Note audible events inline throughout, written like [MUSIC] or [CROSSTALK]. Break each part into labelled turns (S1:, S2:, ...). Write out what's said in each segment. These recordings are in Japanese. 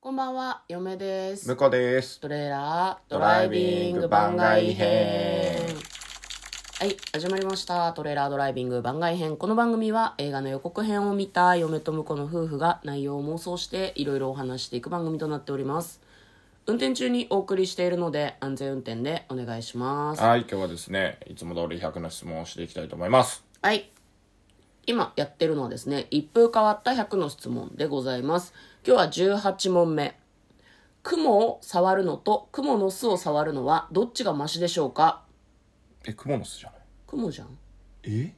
S1: こんばんは、嫁です
S2: 向。こうです。
S1: トレーラード
S2: ド
S1: ラ
S2: ラ
S1: イ
S2: イ
S1: ビ
S2: ビ
S1: ン
S2: ン
S1: グ
S2: グ
S1: 番
S2: 番
S1: 外編
S2: 外編。
S1: はい、始まりました。トレーラードライビング番外編。この番組は映画の予告編を見た嫁と婿の夫婦が内容を妄想していろいろお話していく番組となっております。運転中にお送りしているので安全運転でお願いします。
S2: はい、今日はですね、いつも通り100の質問をしていきたいと思います。
S1: はい。今やってるのはですね、一風変わった100の質問でございます。今日は18問目。雲を触るのと雲の巣を触るのはどっちがマシでしょうか
S2: え、クモの巣じゃない
S1: 雲じゃん。
S2: え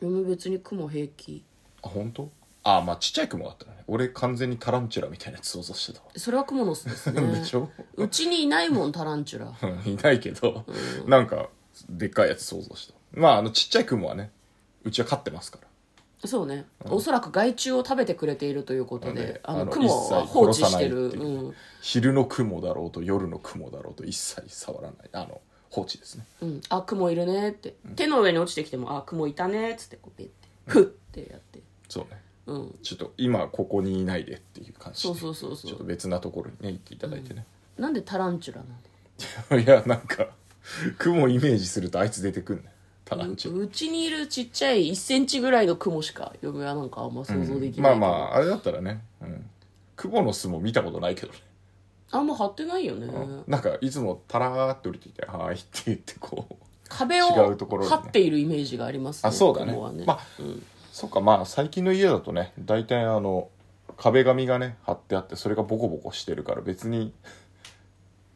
S1: 嫁別に雲平気。
S2: あ、本当？あ、まあちっちゃいクモだったね。俺完全にタランチュラみたいなやつ想像してたわ。
S1: それは雲の巣ですね。
S2: でしょ
S1: [LAUGHS] うちにいないもん、タランチュラ。
S2: うんいないけど、なんか、でっかいやつ想像した。まああのちっちゃいクモはね、うちは飼ってますから。
S1: そうね、おそらく害虫を食べてくれているということで、
S2: ね
S1: あの
S2: あの
S1: 雲は放置してる
S2: 一切殺さないっていう
S1: うん
S2: 昼のクモだろうと夜のクモだろうと一切触らない。あの、放置ですね。
S1: うん、あ雲いるねって、手の上に落ちてきてもあ雲いたねっつってこうペッてふってやって
S2: そうね。
S1: うん
S2: ちょっと今ここにいないでっていう感じで
S1: そうそうそうそう
S2: ちょっと別なところにね行っていただいてね、
S1: なんでタランチュラなの
S2: [LAUGHS] いやなんか雲イメージするとあいつ出てくんねタランチュ
S1: うちにいるちっちゃい1センチぐらいの雲しか嫁はなんかあんま想像でき
S2: ラま
S1: ないけど、
S2: あまああれだったらね、うん、雲の巣も見たことないけどね、
S1: あんま張ってないよね、
S2: なんかいつもタラーって降りてきて「はーい」って言ってこう
S1: 壁
S2: 違
S1: を
S2: うところに
S1: 張
S2: ね
S1: っているイメージがありますね
S2: あそうだね
S1: 雲はね、
S2: まあ、そっかまあ最近の家だとね大体あの壁紙がね貼ってあってそれがボコボコしてるから別に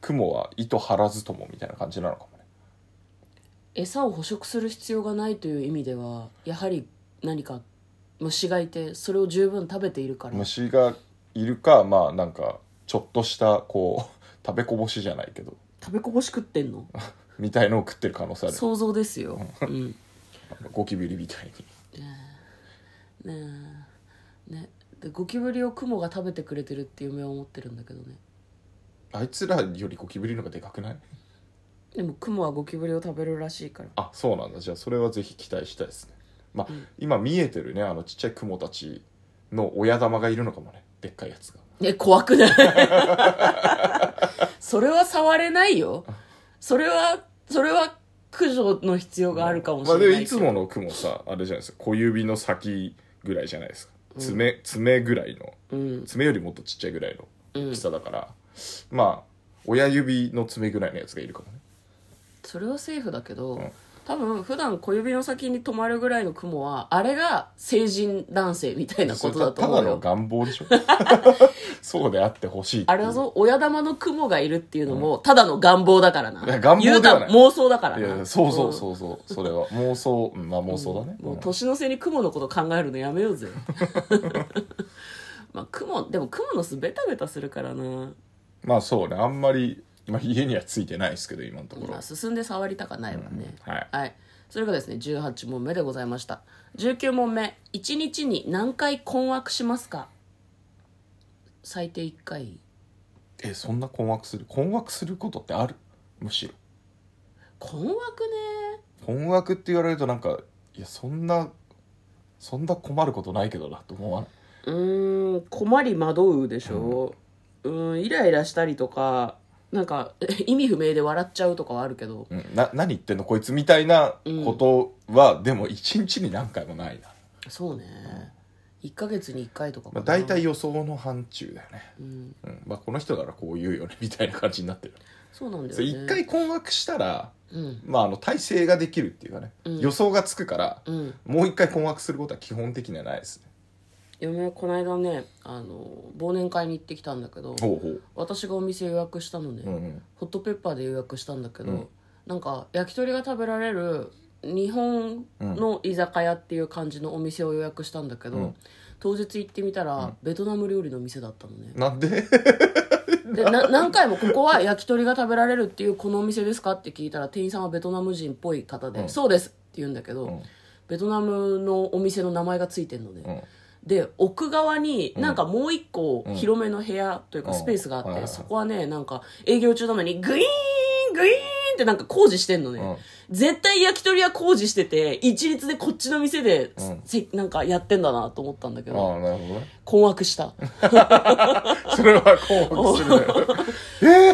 S2: 雲は糸張らずともみたいな感じなのかもね
S1: 餌を捕食する必要がないという意味ではやはり何か虫がいてそれを十分食べているから
S2: 虫がいるかまあなんかちょっとしたこう [LAUGHS] 食べこぼしじゃないけど
S1: 食べこぼし食ってんの
S2: みたいのを食ってる可能性ある
S1: 想像ですよ、うん
S2: あのゴキブリみたいに
S1: ねえねでゴキブリを雲が食べてくれてるって夢を持ってるんだけどね
S2: あいつらよりゴキブリの方がでかくない
S1: でも雲はゴキブリを食べるらしいから
S2: あそうなんだじゃあそれはぜひ期待したいですねまあ、今見えてるねあのちっちゃいクモたちの親玉がいるのかもねでっかいやつが
S1: え怖くない [LAUGHS] それは触れないよそれはそれは駆除の必要があるかもしれない
S2: まあ、でもい
S1: けど
S2: つものクモさあれじゃないですか小指の先ぐらいじゃないですか爪,、爪ぐらいの
S1: うん
S2: 爪よりもっとちっちゃいぐらいの
S1: うん
S2: 大きさだから、まあ親指の爪ぐらいのやつがいるかもね
S1: それはセーフだけど、
S2: ん
S1: 多分普段小指の先に止まるぐらいの雲はあれが成人男性みたいなことだと思
S2: た
S1: う
S2: だ
S1: よ
S2: の願望
S1: [LAUGHS]
S2: でしょそうであってほしいってい
S1: あれだぞ、親玉の雲がいるっていうのも、ただの願望だからな。
S2: いや願望で
S1: 言
S2: は
S1: う
S2: ない
S1: たら妄想だから
S2: い
S1: な。
S2: やそうそう
S1: うん。
S2: そうそうそれは妄想うんまあ妄想だね、
S1: もう
S2: うん
S1: 年の瀬に雲のこと考えるのやめようぜ。 [LAUGHS] まあ、雲、でも雲の巣ベタベタするからな。
S2: まあそうねあんまり、まあ、家にはついてないですけど今のところ
S1: まあ、進んで触りたかないわね、
S2: うんはい
S1: それがですね18問目でございました19問目1日に何回困惑しますか最低1回
S2: えそんな困惑する困惑することってあるむしろ
S1: 困惑ね
S2: 困惑って言われるとなんかいやそんなそんな困ることないけどなと思わないう
S1: ーん困り惑うでしょ、うーんイライラしたりとかなんか意味不明で笑っちゃうとかはあるけど
S2: うん、な何言ってんのこいつみたいなことは、でも一日に何回もないな、
S1: そうね、1ヶ月に1回とかかな、
S2: まあ、大体予想の範疇だよね、
S1: うん、
S2: うんまあ、この人ならこう言うよねみたいな感じになってる
S1: そうなんだよ
S2: そ
S1: ね
S2: れ一、回困惑したら、
S1: うん
S2: まあ、あの体制ができるっていうかね、
S1: うん
S2: 予想がつくから、
S1: うん、
S2: もう一回困惑することは基本的にはないですね
S1: 嫁はこの間ねあの忘年会に行ってきたんだけど
S2: ほうほう
S1: 私がお店予約したのね、
S2: うんうん
S1: ホットペッパーで予約したんだけど、
S2: うん
S1: なんか焼き鳥が食べられる日本の居酒屋っていう感じのお店を予約したんだけど、
S2: うん
S1: 当日行ってみたら、ベトナム料理の店だったのね
S2: なんで
S1: でな何回もここは焼き鳥が食べられるっていうこのお店ですかって聞いたら店員さんはベトナム人っぽい方で「
S2: うん
S1: そうです」って言うんだけど、
S2: ん
S1: ベトナムのお店の名前がついてんのね、
S2: うん
S1: で奥側になんかもう一個
S2: うん
S1: 広めの部屋というか
S2: うん
S1: スペースがあって、
S2: はいはいはい
S1: そこはねなんか営業中なのにグイーングイーンってなんか工事してんの
S2: [LAUGHS]
S1: ね、
S2: うん
S1: 絶対焼き鳥屋工事してて一律でこっちの店で、
S2: うん
S1: せなんかやってんだなと思ったんだけど、
S2: ああ、なるほどね。
S1: 困惑した
S2: それは困惑する [LAUGHS] ね。え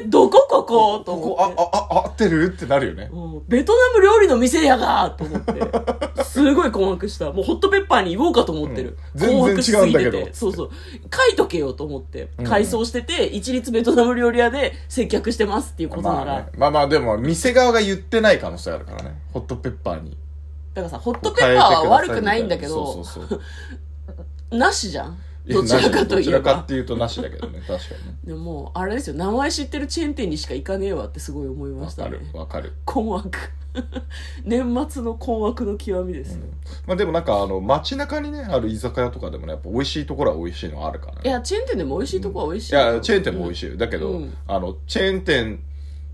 S1: えー、どこここ
S2: ー、
S1: と思
S2: こ
S1: って、
S2: こあ、あ、あ、合ってるってなるよね。
S1: うんベトナム料理の店やがと思
S2: [LAUGHS]
S1: って。すごい困惑した。もうホットペッパーに言おうかと思ってる。
S2: うん全然
S1: 困惑しすぎて
S2: 違うんだけ
S1: て。
S2: ど
S1: そうそう。書いとけよと思って。
S2: うん
S1: 改装してて、一律ベトナム料理屋で接客してますっていうこと
S2: ま
S1: な
S2: あ
S1: ら。
S2: ね、まあまあでも、店側が言ってない可能性あるからね。ホットペッパーに。
S1: だからさ、ホットペッパーは悪くないんだけど、
S2: そうそう
S1: [LAUGHS]
S2: そう。
S1: なしじゃんどちらかとい
S2: どち
S1: え
S2: らか
S1: ば
S2: っ。ていうとなしだけどね、確かにね。
S1: でももう、あれですよ、名前知ってるチェーン店にしか行かねえわってすごい思いま
S2: わ
S1: した
S2: か
S1: ね
S2: る。、わかる。
S1: 困惑。 [LAUGHS] 年末の困惑の極みですよ。
S2: まあでもなんか、あの、街中にね、ある居酒屋とかでもね、やっぱ美味しいところは美味しいのあるからね。
S1: いや、チェーン店でも美味しいとこは美味しい
S2: い
S1: よ。
S2: や、チェーン店も美味しいよ。だけど、
S1: うん
S2: あの、チェーン店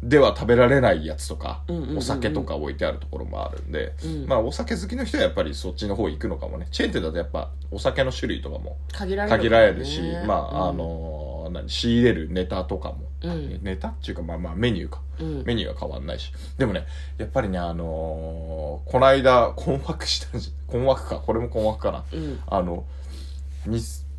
S2: では食べられないやつとか、
S1: うんうんうんうん
S2: お酒とか置いてあるところもあるんで、
S1: うん
S2: まあ、お酒好きの人はやっぱりそっちの方行くのかもね。チェーン店だとやっぱ、お酒の種類とかも
S1: 限られる、
S2: 限られるし、まあ、あ
S1: うん、
S2: の何、仕入れるネタとかも、
S1: うん
S2: ネタっていうか、まあまあ、メニューか。
S1: うん
S2: メニューは変わんないし。でもね、やっぱりね、あのーこないだ困惑したんじゃ、困惑か、これも困惑かな。
S1: うん
S2: あの、み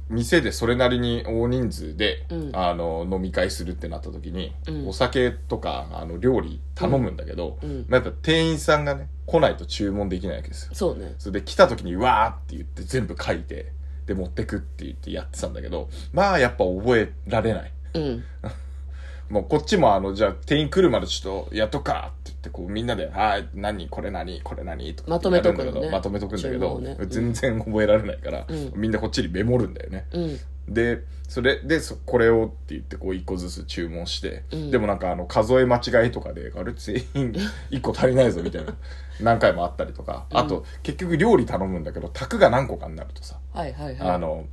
S2: 店でそれなりに大人数で、
S1: うん
S2: あの、飲み会するってなった時に、
S1: うん
S2: お酒とか、あの、料理頼むんだけど、
S1: うんうん
S2: やっぱ店員さんがね、来ないと注文できないわけですよ。
S1: そうね
S2: それで来た時に、わーって言って全部書いて、で、持ってくって言ってやってたんだけど、まあ、やっぱ覚えられない。
S1: うん
S2: もうこっちもあの、じゃあ店員来るまでちょっとやっとくかって言って、こうみんなで、はい、何、これ何、これ何とか
S1: まとめとくのね
S2: やるんだけどまとめとくんだ
S1: 注
S2: け
S1: 文
S2: ど、
S1: をね
S2: 全然覚えられないから、
S1: うん
S2: みんなこっちにメモるんだよね。
S1: うん
S2: で、それで、そこれをって言って、こう一個ずつ注文して、
S1: うん
S2: でもなんかあの、数え間違いとかで、あれ全
S1: [LAUGHS]
S2: 員一個足りないぞみたいな、何回もあったりとか、
S1: うん
S2: あと、結局料理頼むんだけど、卓が何個かになるとさ、
S1: はいはいはい
S2: あの、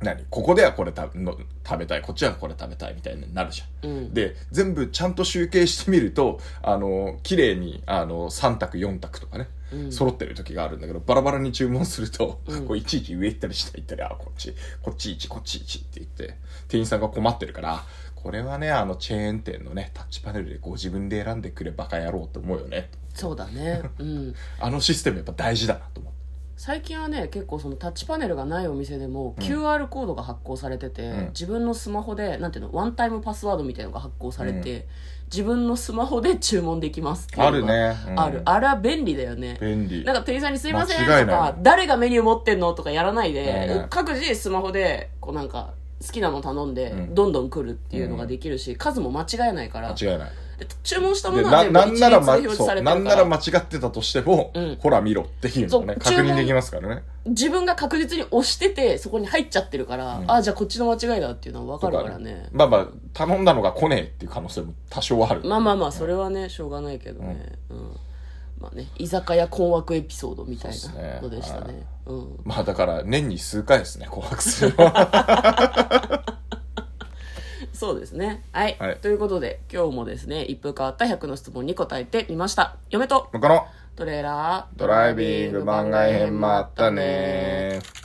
S2: 何ここではこれたの食べたい、こっちはこれ食べたいみたいになるじゃん。
S1: うん
S2: で、全部ちゃんと集計してみると、あの、綺麗に、あの、3択、4択とかね、
S1: うん
S2: 揃ってる時があるんだけど、バラバラに注文すると、
S1: うん
S2: [LAUGHS] こういちいち上行ったり下行ったり、あ、こっち、こっち1、こっち1って言って、店員さんが困ってるから、これはね、あの、チェーン店のね、タッチパネルでご自分で選んでくれバカ野郎って思うよね。
S1: そうだねうん
S2: あのシステムやっぱ大事だなと思って。
S1: 最近はね結構そのタッチパネルがないお店でも QR コードが発行されてて、
S2: うん
S1: 自分のスマホでなんていうのワンタイムパスワードみたいのが発行されて、自分のスマホで注文できますっていうの
S2: あ
S1: が
S2: るね。うん
S1: あるあれは便利だよね
S2: 便利
S1: な。んか店員さんに「すいません」と
S2: 間違いない
S1: か「誰がメニュー持ってんの?」とかやらないで、
S2: うん
S1: 各自スマホでこうなんか好きなの頼んで、
S2: うん
S1: どんどん来るっていうのができるし、数も間違えないから
S2: 間違いない。
S1: で注文したも
S2: で
S1: のは
S2: な
S1: 全部
S2: な
S1: 一律で
S2: んなら、ま、
S1: 表示
S2: そ
S1: さ
S2: う、
S1: れて
S2: なん
S1: る
S2: な
S1: からら
S2: 間違ってたとしても、
S1: うん
S2: ほら見ろっていうのもね、
S1: そう
S2: 確認できますからね。
S1: 自分が確実に押しててそこに入っちゃってるから、
S2: うん
S1: ああじゃあこっちの間違いだっていうのは分かるからね
S2: まあまあ、頼んだのが来ねえっていう可能性も多少はある。
S1: まあまあまあそれはねしょうがないけどね、うんまあね居酒屋困惑エピソードみたい
S2: そうっす
S1: な
S2: ね
S1: のでしたねうん
S2: まあだから、年に数回ですね、紅白するの
S1: [LAUGHS]
S2: は。
S1: そうですね。はい。
S2: はい
S1: ということで、今日もですね、一風変わった100の質問に答えてみました。嫁と
S2: この、
S1: トレーラー、
S2: ドライビング番外編もあったねー。